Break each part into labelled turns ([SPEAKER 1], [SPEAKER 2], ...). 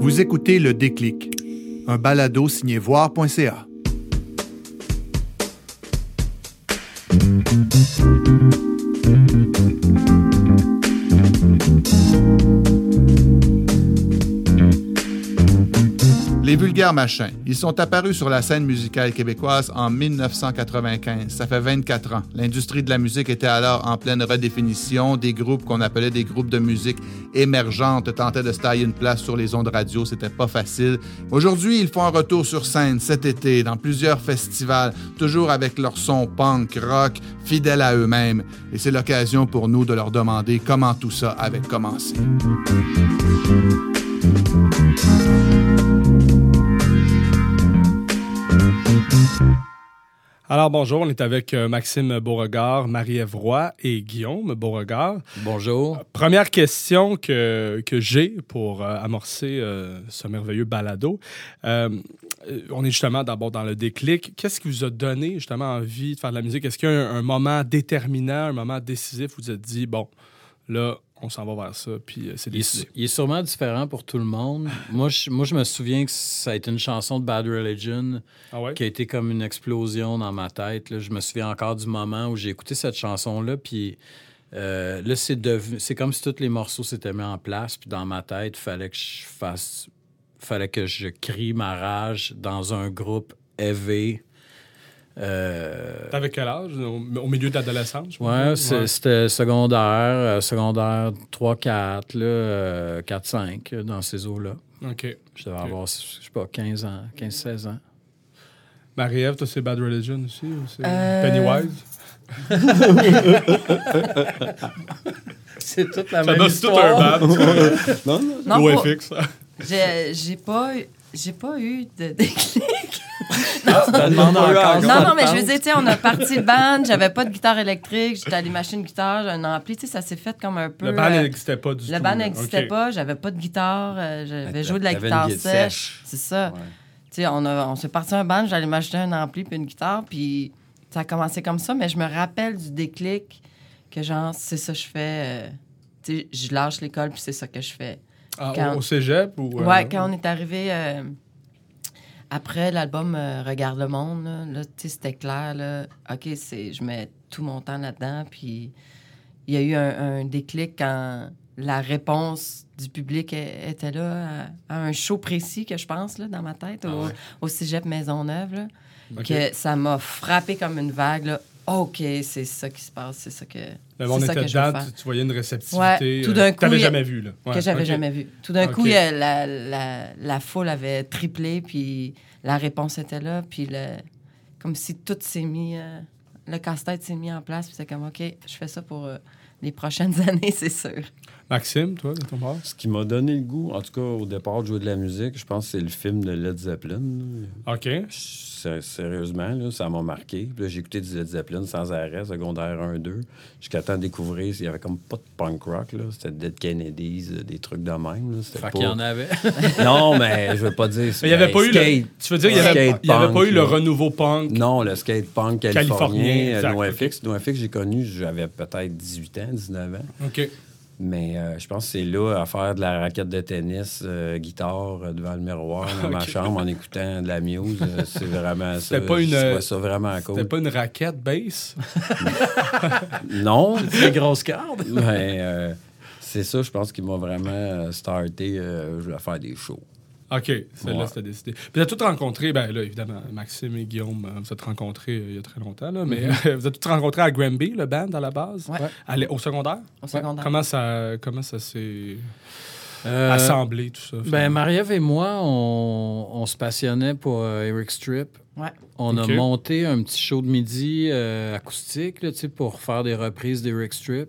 [SPEAKER 1] Vous écoutez Le Déclic, un balado signé voir.ca. Les vulgaires machins, ils sont apparus sur la scène musicale québécoise en 1995. Ça fait 24 ans. L'industrie de la musique était alors en pleine redéfinition. Des groupes qu'on appelait des groupes de musique émergentes tentaient de se tailler une place sur les ondes radio. C'était pas facile. Aujourd'hui, ils font un retour sur scène cet été dans plusieurs festivals, toujours avec leur son punk, rock, fidèle à eux-mêmes. Et c'est l'occasion pour nous de leur demander comment tout ça avait commencé.
[SPEAKER 2] Alors bonjour, on est avec euh, Maxime Beauregard, Marie-Ève Roy et Guillaume Beauregard.
[SPEAKER 3] Bonjour.
[SPEAKER 2] Première question que, que j'ai pour euh, amorcer euh, ce merveilleux balado. Euh, euh, on est justement d'abord dans le déclic. Qu'est-ce qui vous a donné justement envie de faire de la musique? Est-ce qu'il y a un, un moment déterminant, un moment décisif où vous vous êtes dit, bon, là, on s'en va vers ça, puis euh, c'est
[SPEAKER 3] Il est, su-
[SPEAKER 2] décidé?
[SPEAKER 3] il est sûrement différent pour tout le monde. moi, je, moi, je me souviens que ça a été une chanson de Bad Religion
[SPEAKER 2] Ah ouais?
[SPEAKER 3] qui a été comme une explosion dans ma tête. là. Je me souviens encore du moment où j'ai écouté cette chanson-là, puis euh, là, c'est devenu- c'est comme si tous les morceaux s'étaient mis en place, puis dans ma tête, fallait que je fasse... fallait que je crie ma rage dans un groupe élevé. Euh,
[SPEAKER 2] T'avais quel âge? Au, au milieu de l'adolescence? je
[SPEAKER 3] Ouais,
[SPEAKER 2] pense?
[SPEAKER 3] c'est- c'était secondaire, euh, secondaire 3-4, là, euh, 4-5, euh, dans ces eaux-là.
[SPEAKER 2] OK.
[SPEAKER 3] Je devais
[SPEAKER 2] Ok.
[SPEAKER 3] avoir, je sais pas, 15 ans, 15-16 ans.
[SPEAKER 2] Marie-Ève, toi, c'est Bad Religion aussi? Ou c'est
[SPEAKER 4] Euh,
[SPEAKER 2] Pennywise?
[SPEAKER 3] C'est toute la
[SPEAKER 2] Ça donne tout un
[SPEAKER 4] histoire.
[SPEAKER 2] bad. tu vois.
[SPEAKER 5] Non, non.
[SPEAKER 4] Non,
[SPEAKER 2] Ou
[SPEAKER 4] pas-
[SPEAKER 2] FX.
[SPEAKER 4] j'ai j'ai pas eu- j'ai pas eu de déclic.
[SPEAKER 3] encore.
[SPEAKER 4] Non, non, mais je veux dire, tu sais, on a parti le band, j'avais pas de guitare électrique, j'étais allé mâcher une guitare, un ampli, tu sais, ça s'est fait comme un peu.
[SPEAKER 2] Le band
[SPEAKER 4] euh,
[SPEAKER 2] n'existait pas du tout.
[SPEAKER 4] le band
[SPEAKER 2] là.
[SPEAKER 4] n'existait
[SPEAKER 2] OK.
[SPEAKER 4] pas, j'avais pas de guitare, euh, j'avais
[SPEAKER 5] T'avais-
[SPEAKER 4] joué de la
[SPEAKER 5] t'avais
[SPEAKER 4] guitare
[SPEAKER 5] une guide
[SPEAKER 4] sèche.
[SPEAKER 5] sèche.
[SPEAKER 4] C'est ça.
[SPEAKER 5] Ouais.
[SPEAKER 4] Tu sais, on, a- on s'est parti un band, j'allais m'acheter un ampli puis une guitare, puis ça a commencé comme ça, mais je me rappelle du déclic que genre, c'est ça que je fais, euh, tu sais, je lâche l'école puis c'est ça que je fais.
[SPEAKER 2] Ah, au-
[SPEAKER 4] Quand-
[SPEAKER 2] Au cégep? Ou, euh,
[SPEAKER 4] Ouais, quand on est arrivé euh, après l'album euh, Regarde le monde, là, là, tu sais, c'était clair. Là, OK, c'est, je mets tout mon temps là-dedans. Puis il y a eu un, un déclic quand la réponse du public e- était là à, à un show précis que je pense là, dans ma tête
[SPEAKER 2] Ah
[SPEAKER 4] au,
[SPEAKER 2] ouais.
[SPEAKER 4] au cégep Maisonneuve. Là,
[SPEAKER 2] OK.
[SPEAKER 4] que ça m'a frappé comme une vague. Là. OK, c'est ça qui se passe. C'est ça que,
[SPEAKER 2] Le monde
[SPEAKER 4] c'est ça
[SPEAKER 2] était
[SPEAKER 4] que je veux
[SPEAKER 2] dedans,
[SPEAKER 4] faire
[SPEAKER 2] tu, tu voyais une réceptivité
[SPEAKER 4] Ouais, tout d'un
[SPEAKER 2] euh, que t'avais
[SPEAKER 4] coup, il-
[SPEAKER 2] jamais vu. Là. Ouais,
[SPEAKER 4] que j'avais
[SPEAKER 2] OK.
[SPEAKER 4] jamais vu. Tout d'un
[SPEAKER 2] Ok.
[SPEAKER 4] coup, il y a la, la- la foule avait triplé, puis la réponse était là, puis le- comme si tout s'est mis, euh, le casse-tête s'est mis en place, puis c'est comme, OK, je fais ça pour euh, les prochaines années, c'est sûr.
[SPEAKER 2] Maxime, toi, de ton bord?
[SPEAKER 5] Ce qui m'a donné le goût, en tout cas au départ, de jouer de la musique, je pense que c'est le film de Led Zeppelin. là.
[SPEAKER 2] OK.
[SPEAKER 5] Sé- Sérieusement, là, ça m'a marqué. Puis là, j'ai écouté du Led Zeppelin sans arrêt, secondaire 1-2, jusqu'à temps de découvrir il y avait comme pas de punk rock. là. C'était Dead Kennedys, euh, des trucs de même. là. C'était
[SPEAKER 3] Fait
[SPEAKER 5] pas-
[SPEAKER 3] qu'il y en avait.
[SPEAKER 5] Non, mais je veux pas dire...
[SPEAKER 2] Mais il n'y avait
[SPEAKER 5] ben,
[SPEAKER 2] pas eu
[SPEAKER 5] skate.
[SPEAKER 2] le... Tu veux dire, il n'y avait,
[SPEAKER 5] Skate
[SPEAKER 2] il y avait pas
[SPEAKER 5] punk,
[SPEAKER 2] eu le
[SPEAKER 5] là.
[SPEAKER 2] renouveau punk?
[SPEAKER 5] Non, le skate punk
[SPEAKER 2] Californien,
[SPEAKER 5] californien, euh,
[SPEAKER 2] exact,
[SPEAKER 5] NoFX. NoFX, j'ai connu, j'avais peut-être 18 ans, 19 ans.
[SPEAKER 2] OK.
[SPEAKER 5] Mais euh, je pense que c'est là, à faire de la raquette de tennis, euh, guitare euh, devant le miroir, dans ma
[SPEAKER 2] Ok.
[SPEAKER 5] chambre, en écoutant de la muse. euh, c'est vraiment ça.
[SPEAKER 2] C'était pas une-
[SPEAKER 5] Je trouvais ça vraiment
[SPEAKER 2] C'était
[SPEAKER 5] cool.
[SPEAKER 2] pas une raquette bass?
[SPEAKER 5] Non,
[SPEAKER 3] Des grosses cordes.
[SPEAKER 5] mais euh, c'est ça, je pense, qui m'a vraiment euh, starté. euh, je voulais faire des shows.
[SPEAKER 2] OK, celle-là,
[SPEAKER 5] Ouais.
[SPEAKER 2] c'était décidé. Puis vous êtes tous rencontrés, ben là, évidemment, Maxime et Guillaume, euh, vous êtes rencontrés euh, il y a très longtemps, là, mais euh, vous êtes tous rencontrés à Granby, le band, à la base?
[SPEAKER 4] Mm-hmm. Ouais.
[SPEAKER 2] À l'- au secondaire?
[SPEAKER 4] Au secondaire.
[SPEAKER 2] Comment ça, comment ça s'est
[SPEAKER 3] Euh,
[SPEAKER 2] assemblé, tout ça?
[SPEAKER 3] ben,
[SPEAKER 2] finalement?
[SPEAKER 3] Marie-Ève et moi, on, on se passionnait pour euh, Eric Strip.
[SPEAKER 4] Ouais.
[SPEAKER 3] On
[SPEAKER 2] Ok.
[SPEAKER 3] a monté un petit show de midi euh, acoustique là, tu sais, pour faire des reprises d'Eric Strip.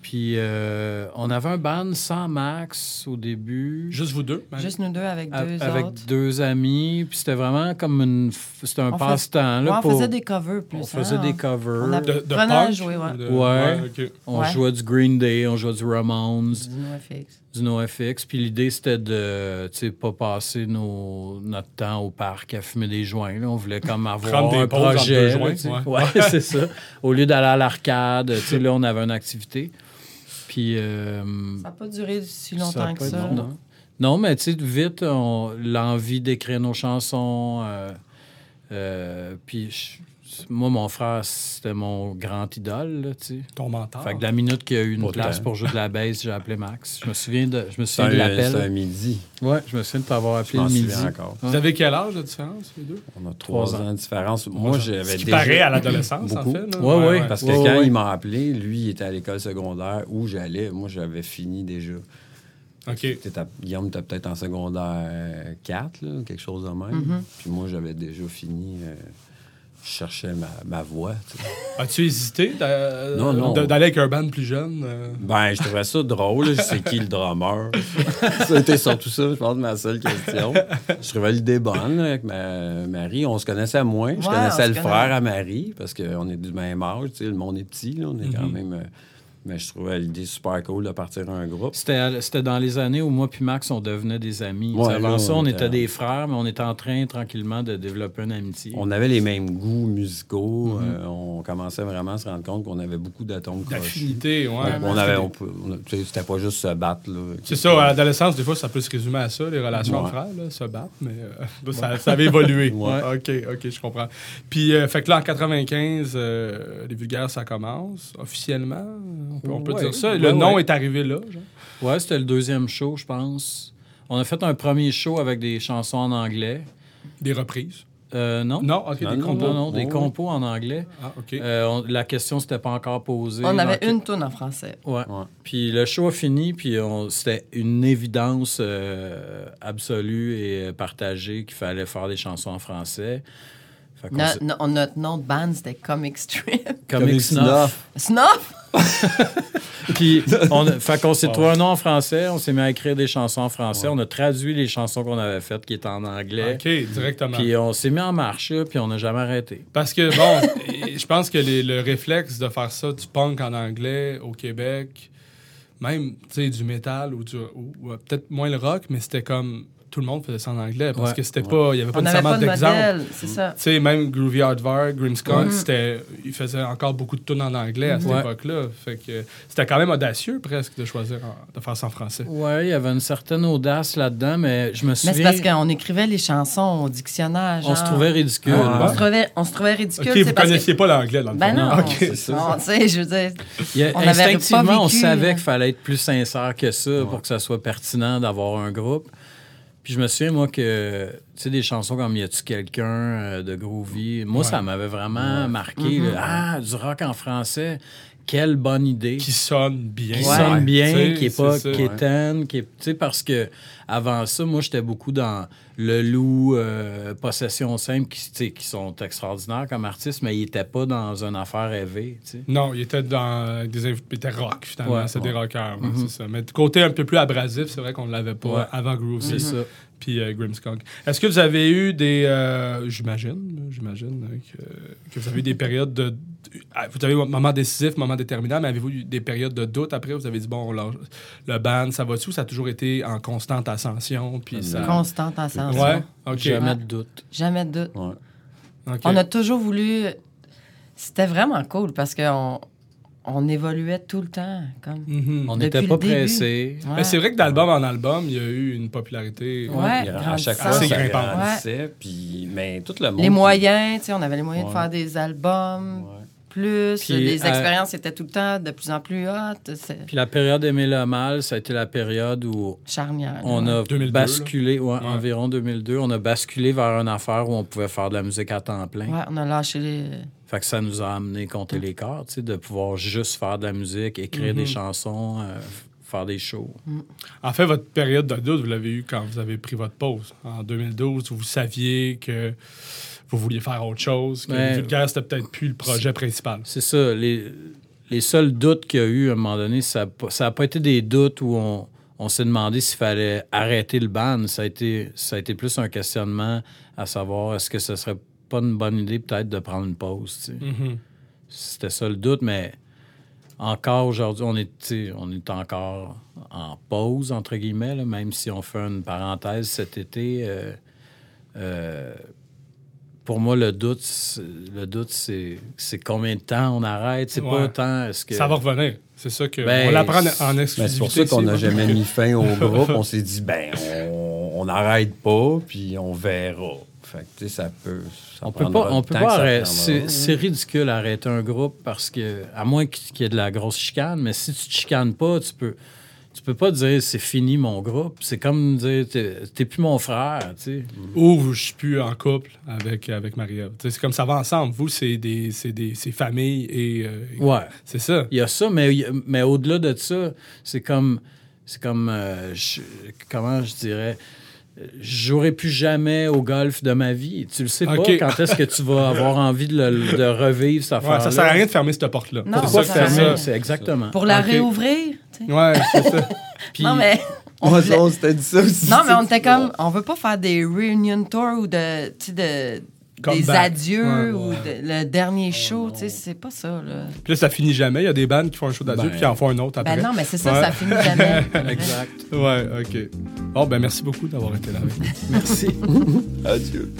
[SPEAKER 3] Puis euh, on avait un band sans Max au début.
[SPEAKER 2] Juste vous deux? Marie?
[SPEAKER 4] Juste nous deux avec
[SPEAKER 3] A-
[SPEAKER 4] deux
[SPEAKER 3] Ah, avec
[SPEAKER 4] autres.
[SPEAKER 3] deux amis. Puis c'était vraiment comme une. f- C'était un
[SPEAKER 4] On fais-
[SPEAKER 3] passe-temps.
[SPEAKER 4] Ouais,
[SPEAKER 3] là,
[SPEAKER 4] on
[SPEAKER 3] pour-
[SPEAKER 4] faisait des covers plus.
[SPEAKER 3] on
[SPEAKER 4] hein,
[SPEAKER 3] faisait des covers.
[SPEAKER 4] on
[SPEAKER 3] On,
[SPEAKER 4] avait-
[SPEAKER 2] De, de
[SPEAKER 4] Prenant à
[SPEAKER 2] punk?
[SPEAKER 4] jouer, ouais.
[SPEAKER 2] ou de-
[SPEAKER 3] Ouais.
[SPEAKER 2] OK.
[SPEAKER 4] Ouais.
[SPEAKER 3] jouait du Green Day, on jouait du Ramones,
[SPEAKER 4] du NoFX.
[SPEAKER 3] du NoFX. Puis l'idée, c'était de tu sais, pas passer nos, notre temps au parc à fumer des joints. là. On voulait comme avoir
[SPEAKER 2] Prendre des
[SPEAKER 3] un
[SPEAKER 2] pauses entre deux
[SPEAKER 3] projet. là,
[SPEAKER 2] joints,
[SPEAKER 3] tu sais.
[SPEAKER 2] ouais.
[SPEAKER 3] Ouais, c'est ça. Au lieu d'aller à l'arcade, tu sais, là, on avait une activité. Puis. euh,
[SPEAKER 4] Ça n'a pas duré si
[SPEAKER 3] Ça a
[SPEAKER 4] longtemps
[SPEAKER 3] pas
[SPEAKER 4] que
[SPEAKER 3] été
[SPEAKER 4] ça.
[SPEAKER 3] long. Non, mais tu sais, vite, on- l'envie d'écrire nos chansons. euh, euh, puis je- moi, mon frère, c'était mon grand idole, là, tu sais.
[SPEAKER 2] Ton mentor.
[SPEAKER 3] Fait que la minute qu'il y a eu une
[SPEAKER 5] Pas
[SPEAKER 3] place
[SPEAKER 5] tant.
[SPEAKER 3] pour jouer de la baisse, j'ai appelé Max. Je me souviens de, je me
[SPEAKER 5] C'est
[SPEAKER 3] souviens de
[SPEAKER 5] un, c'est un
[SPEAKER 3] l'appel.
[SPEAKER 5] midi.
[SPEAKER 3] Ouais, je me souviens de t'avoir
[SPEAKER 5] Je
[SPEAKER 3] appelé le
[SPEAKER 5] m'en
[SPEAKER 3] midi.
[SPEAKER 5] souviens encore.
[SPEAKER 2] Vous avez quel âge de différence, les deux?
[SPEAKER 5] On a trois
[SPEAKER 3] Trois
[SPEAKER 5] ans de différence. Moi, j'avais
[SPEAKER 2] Ce qui
[SPEAKER 5] déjà-
[SPEAKER 2] paraît à l'adolescence, en
[SPEAKER 5] Beaucoup.
[SPEAKER 2] fait. là.
[SPEAKER 3] Ouais, ouais.
[SPEAKER 5] Parce que
[SPEAKER 3] Ouais,
[SPEAKER 5] quand
[SPEAKER 3] ouais.
[SPEAKER 5] il m'a appelé, lui, il était à l'école secondaire où j'allais. Moi, j'avais fini déjà.
[SPEAKER 2] OK.
[SPEAKER 5] T'étais à- Guillaume, t'es peut-être en secondaire 4, là, quelque chose de même. Puis moi, j'avais déjà fini. euh, je cherchais ma, ma voix. tu sais.
[SPEAKER 2] As-tu hésité d'a-
[SPEAKER 5] Non, non.
[SPEAKER 2] de- d'aller avec un band plus jeune? euh?
[SPEAKER 5] Ben, je trouvais ça drôle. là. C'est qui le drummer? C'était surtout ça, je pense, ma seule question. Je trouvais l'idée bonne là, avec ma, Marie. On se connaissait moins. Je
[SPEAKER 4] Ouais, on
[SPEAKER 5] connaissais
[SPEAKER 4] se
[SPEAKER 5] le
[SPEAKER 4] connaît.
[SPEAKER 5] frère à Marie parce qu'on est du même âge. tu sais, Le monde est petit. là, on est
[SPEAKER 4] Mm-hmm.
[SPEAKER 5] quand même. euh, Mais je trouvais l'idée super cool de partir à un groupe.
[SPEAKER 3] C'était à- c'était dans les années où moi puis Max, on devenait des amis.
[SPEAKER 5] Ouais,
[SPEAKER 3] Tu sais, avant
[SPEAKER 5] là,
[SPEAKER 3] ça, on
[SPEAKER 5] on
[SPEAKER 3] était
[SPEAKER 5] était-
[SPEAKER 3] des frères, mais on était en train tranquillement de développer une amitié.
[SPEAKER 5] On avait les mêmes goûts musicaux. euh, on commençait vraiment à se rendre compte qu'on avait beaucoup d'atomes crochus.
[SPEAKER 2] D'affinité, ouais.
[SPEAKER 5] On on avait, on peut- on a- tu sais, c'était pas juste se battre. là.
[SPEAKER 2] C'est ça, à l'adolescence, des fois, ça peut se résumer à ça, les relations entre
[SPEAKER 5] Ouais.
[SPEAKER 2] frères, là, se battre, mais euh, ça, ça avait évolué.
[SPEAKER 5] Ouais.
[SPEAKER 2] OK, OK, je comprends. Puis, euh, fait que là, en 95, euh, les vulgaires, ça commence, officiellement, on peut, on peut
[SPEAKER 3] Ouais.
[SPEAKER 2] dire ça.
[SPEAKER 3] Ouais,
[SPEAKER 2] Le nom
[SPEAKER 3] ouais.
[SPEAKER 2] est arrivé là, genre.
[SPEAKER 3] Ouais, c'était le deuxième show, je pense. On a fait un premier show avec des chansons en anglais.
[SPEAKER 2] Des reprises.
[SPEAKER 3] Euh, non?
[SPEAKER 2] Non, OK,
[SPEAKER 5] Non,
[SPEAKER 2] des
[SPEAKER 5] non,
[SPEAKER 2] compos.
[SPEAKER 3] Non, non, des
[SPEAKER 5] Oh.
[SPEAKER 3] compos en anglais.
[SPEAKER 2] Ah, OK.
[SPEAKER 3] Euh, on- la question s'était pas encore posée.
[SPEAKER 4] On avait
[SPEAKER 3] Donc,
[SPEAKER 4] une tourne en français.
[SPEAKER 3] Ouais.
[SPEAKER 5] Ouais.
[SPEAKER 3] Puis le show a fini, puis on- c'était une évidence euh, absolue et euh, partagée qu'il fallait faire des chansons en français. Fait qu'on
[SPEAKER 4] No-
[SPEAKER 3] s'est-
[SPEAKER 4] no- notre nom de band, c'était Comic Strip.
[SPEAKER 3] Comic Snuff.
[SPEAKER 4] Snuff!
[SPEAKER 3] Puis on, a- fait qu'on s'est trouvé un nom en français, on s'est mis à écrire des chansons en français, on a traduit les chansons qu'on avait faites qui étaient en anglais.
[SPEAKER 2] OK, directement.
[SPEAKER 3] Puis on s'est mis en marche, là, puis on n'a jamais arrêté.
[SPEAKER 2] Parce que, bon, je pense que les- le réflexe de faire ça du punk en anglais au Québec, même, tu sais, du métal ou, du- ou- ou, euh, peut-être moins le rock, mais c'était comme tout le monde faisait ça en anglais parce
[SPEAKER 3] Ouais.
[SPEAKER 2] que c'était pas, il y avait pas
[SPEAKER 4] On n'avait pas
[SPEAKER 2] nécessairement d'exemple.
[SPEAKER 4] de modèle, Mhm. c'est ça.
[SPEAKER 2] Tu sais, même Groovy Hardware, Grimmskunk, c'était, ils faisaient encore beaucoup de tunes en anglais à cette
[SPEAKER 3] Ouais.
[SPEAKER 2] époque-là. Fait que c'était quand même audacieux presque de choisir en- de faire ça en français.
[SPEAKER 3] Ouais, il y avait une certaine audace là-dedans, mais je me
[SPEAKER 4] Mais
[SPEAKER 3] souviens.
[SPEAKER 4] c'est parce qu'on écrivait les chansons au dictionnaire.
[SPEAKER 3] on
[SPEAKER 4] genre.
[SPEAKER 3] se trouvait ridicule.
[SPEAKER 2] Ah,
[SPEAKER 4] On se trouvait, on se trouvait ridicule.
[SPEAKER 2] OK,
[SPEAKER 4] c'est
[SPEAKER 2] vous
[SPEAKER 4] parce que-
[SPEAKER 2] connaissiez pas l'anglais dans le
[SPEAKER 4] Ben
[SPEAKER 2] fond.
[SPEAKER 4] non.
[SPEAKER 2] OK.
[SPEAKER 5] C'est ça.
[SPEAKER 4] On- tu sais, je veux dire,
[SPEAKER 3] Il y a-
[SPEAKER 4] On avait pas
[SPEAKER 3] instinctivement, on
[SPEAKER 4] vécu, euh,
[SPEAKER 3] savait
[SPEAKER 4] là.
[SPEAKER 3] qu'il fallait être plus sincère que ça pour que ça soit pertinent d'avoir un groupe. Puis je me souviens, moi, que, tu sais, des chansons comme Y a-tu quelqu'un euh, de Groovy, moi, ça m'avait vraiment
[SPEAKER 4] Mm-hmm.
[SPEAKER 3] marqué. là. Ah, du rock en français, quelle bonne idée.
[SPEAKER 2] Qui sonne bien.
[SPEAKER 3] qui
[SPEAKER 4] Ouais.
[SPEAKER 3] sonne
[SPEAKER 2] Tu sais,
[SPEAKER 3] bien, qui est pas
[SPEAKER 2] c'est ça.
[SPEAKER 3] quétaine, qui est, tu sais, parce que avant ça, moi, j'étais beaucoup dans le loup, euh, possession simple, qui, tu sais, qui sont extraordinaires comme artistes, mais ils n'étaient pas dans une affaire rêvée, tu sais.
[SPEAKER 4] Mm.
[SPEAKER 2] Non, il était dans des inv- il était rock finalement,
[SPEAKER 3] Ouais,
[SPEAKER 2] c'était
[SPEAKER 3] ouais. Mm-hmm.
[SPEAKER 2] des rockers, ouais, c'est ça. Mais de côté un peu plus abrasif, c'est vrai qu'on l'avait pas
[SPEAKER 3] Ouais. Mm-hmm.
[SPEAKER 2] avant Groovy.
[SPEAKER 3] C'est ça.
[SPEAKER 2] Puis euh, Grimmskunk. Est-ce que vous avez eu des euh, j'imagine, j'imagine hein, que, que vous avez eu des périodes de ah, vous avez eu un moment décisif, moment déterminant, mais avez-vous eu des périodes de doute après Vous avez dit bon, on lâche- le band, ça va-tu ou ça a toujours été en constante ascension puis ça
[SPEAKER 4] constante ascension.
[SPEAKER 2] Ouais, OK.
[SPEAKER 3] Jamais de doute.
[SPEAKER 4] Jamais de doute.
[SPEAKER 5] Ouais.
[SPEAKER 2] OK.
[SPEAKER 4] On a toujours voulu. C'était vraiment cool parce qu'on on évoluait tout le temps. Comme...
[SPEAKER 2] Mhm.
[SPEAKER 3] On
[SPEAKER 4] Depuis
[SPEAKER 3] n'était
[SPEAKER 4] le
[SPEAKER 3] pas
[SPEAKER 4] début.
[SPEAKER 3] pressé.
[SPEAKER 4] Ouais.
[SPEAKER 2] Mais Ben, c'est vrai que d'album en album, il y a eu une popularité.
[SPEAKER 4] Ouais,
[SPEAKER 5] Il y a- à
[SPEAKER 4] grandissant.
[SPEAKER 5] chaque
[SPEAKER 3] Ah,
[SPEAKER 5] fois,
[SPEAKER 2] grandissant.
[SPEAKER 5] ça
[SPEAKER 2] C'est grimpant.
[SPEAKER 5] grandissait, puis, mais tout le monde.
[SPEAKER 4] Les moyens, tu sais, on avait les moyens de
[SPEAKER 5] Ouais.
[SPEAKER 4] faire des albums.
[SPEAKER 5] Ouais.
[SPEAKER 4] Plus,
[SPEAKER 3] Puis,
[SPEAKER 4] les
[SPEAKER 3] euh,
[SPEAKER 4] expériences étaient tout le temps de plus en plus hautes. C'est
[SPEAKER 3] Puis la période Aimer le mal, ça a été la période où
[SPEAKER 4] charnière.
[SPEAKER 3] on
[SPEAKER 4] là.
[SPEAKER 3] a
[SPEAKER 2] 2002,
[SPEAKER 3] basculé, ouais,
[SPEAKER 2] Ouais.
[SPEAKER 3] environ 2002, on a basculé vers une affaire où on pouvait faire de la musique à temps plein.
[SPEAKER 4] Ouais, on a lâché les.
[SPEAKER 3] Fait que ça nous a amené compter les cordes, tu sais, de pouvoir juste faire de la musique, écrire des chansons, euh, f- faire des shows.
[SPEAKER 2] En fait, votre période de doute, vous l'avez eu quand vous avez pris votre pause. En 2012, vous saviez que vous vouliez faire autre chose, que
[SPEAKER 3] Ouais.
[SPEAKER 2] le vulgaire, c'était peut-être plus le projet principal.
[SPEAKER 3] C'est ça. Les, les seuls doutes qu'il y a eu à un moment donné, ça n'a pas- ça a pas été des doutes où on, on s'est demandé s'il fallait arrêter le ban. Ça a été, ça a été plus un questionnement à savoir est-ce que ce serait pas une bonne idée peut-être de prendre une pause. tu sais. C'était ça le doute, mais encore aujourd'hui, on est, tu sais, on est encore en pause, entre guillemets, là, même si on fait une parenthèse cet été. euh, euh, pour moi, le doute, c'est- le doute, c'est c'est combien de temps on arrête. C'est
[SPEAKER 2] Ouais.
[SPEAKER 3] pas tant est-ce que.
[SPEAKER 2] Ça va revenir. C'est ça que.
[SPEAKER 3] Ben,
[SPEAKER 2] on l'apprend
[SPEAKER 3] c'est-
[SPEAKER 2] en
[SPEAKER 5] Ben,
[SPEAKER 2] exclusivité.
[SPEAKER 5] c'est pour ça qu'on n'a
[SPEAKER 2] ici.
[SPEAKER 5] jamais mis fin au groupe. On s'est dit, ben, on n'arrête pas, puis on verra. Fait que, tu sais, ça peut. ça
[SPEAKER 3] On peut
[SPEAKER 5] prendra
[SPEAKER 3] pas,
[SPEAKER 5] le
[SPEAKER 3] on peut
[SPEAKER 5] temps que
[SPEAKER 3] pas
[SPEAKER 5] ça
[SPEAKER 3] arrêter.
[SPEAKER 5] prendra.
[SPEAKER 3] C'est c'est ridicule arrêter un groupe parce que, à moins qu'il qu'il y ait de la grosse chicane, mais si tu te chicanes pas, tu peux, tu peux pas dire c'est fini mon groupe. C'est comme dire t'es t'es plus mon frère, tu sais.
[SPEAKER 2] Ou je suis plus en couple avec, avec Marie-Ève. Tu sais, C'est comme ça va ensemble. Vous, c'est des, c'est des c'est famille et. euh, et-
[SPEAKER 3] Ouais.
[SPEAKER 2] C'est ça.
[SPEAKER 3] Il y a ça, mais, il y a- mais au-delà de ça, c'est comme. C'est comme. euh, je- comment je dirais. euh, J'aurais plus jamais au golf de ma vie. Tu le sais pas
[SPEAKER 2] Ok.
[SPEAKER 3] quand est-ce que tu vas avoir envie de, le- de revivre cette
[SPEAKER 2] Ouais,
[SPEAKER 3] affaire.
[SPEAKER 2] ça sert à rien de fermer cette porte-là.
[SPEAKER 4] Non,
[SPEAKER 2] C'est
[SPEAKER 3] Pourquoi
[SPEAKER 4] ça
[SPEAKER 2] que
[SPEAKER 4] sert à rien.
[SPEAKER 3] fermer? C'est exactement.
[SPEAKER 4] Pour la
[SPEAKER 2] Ok.
[SPEAKER 4] réouvrir. tu sais.
[SPEAKER 2] Ouais, c'est ça.
[SPEAKER 3] Puis-
[SPEAKER 4] Non, mais. on
[SPEAKER 5] On,
[SPEAKER 4] voulait-
[SPEAKER 5] on s'était dit ça aussi.
[SPEAKER 4] Non, mais on était comme, on veut pas faire des reunion tours ou de, tu sais, de, des
[SPEAKER 2] Comeback.
[SPEAKER 4] adieux
[SPEAKER 2] Ouais, ouais.
[SPEAKER 4] ou de- le dernier show, tu sais, c'est pas ça, là.
[SPEAKER 2] Puis là, ça finit jamais. Il y a des bandes qui font un show d'adieu
[SPEAKER 5] Ben.
[SPEAKER 2] puis qui en font un autre après.
[SPEAKER 4] Ben non, mais c'est ça,
[SPEAKER 2] Ouais.
[SPEAKER 4] ça finit jamais.
[SPEAKER 3] Exact.
[SPEAKER 2] Ouais, OK. Bon, ben merci beaucoup d'avoir été là avec nous.
[SPEAKER 5] Adieu.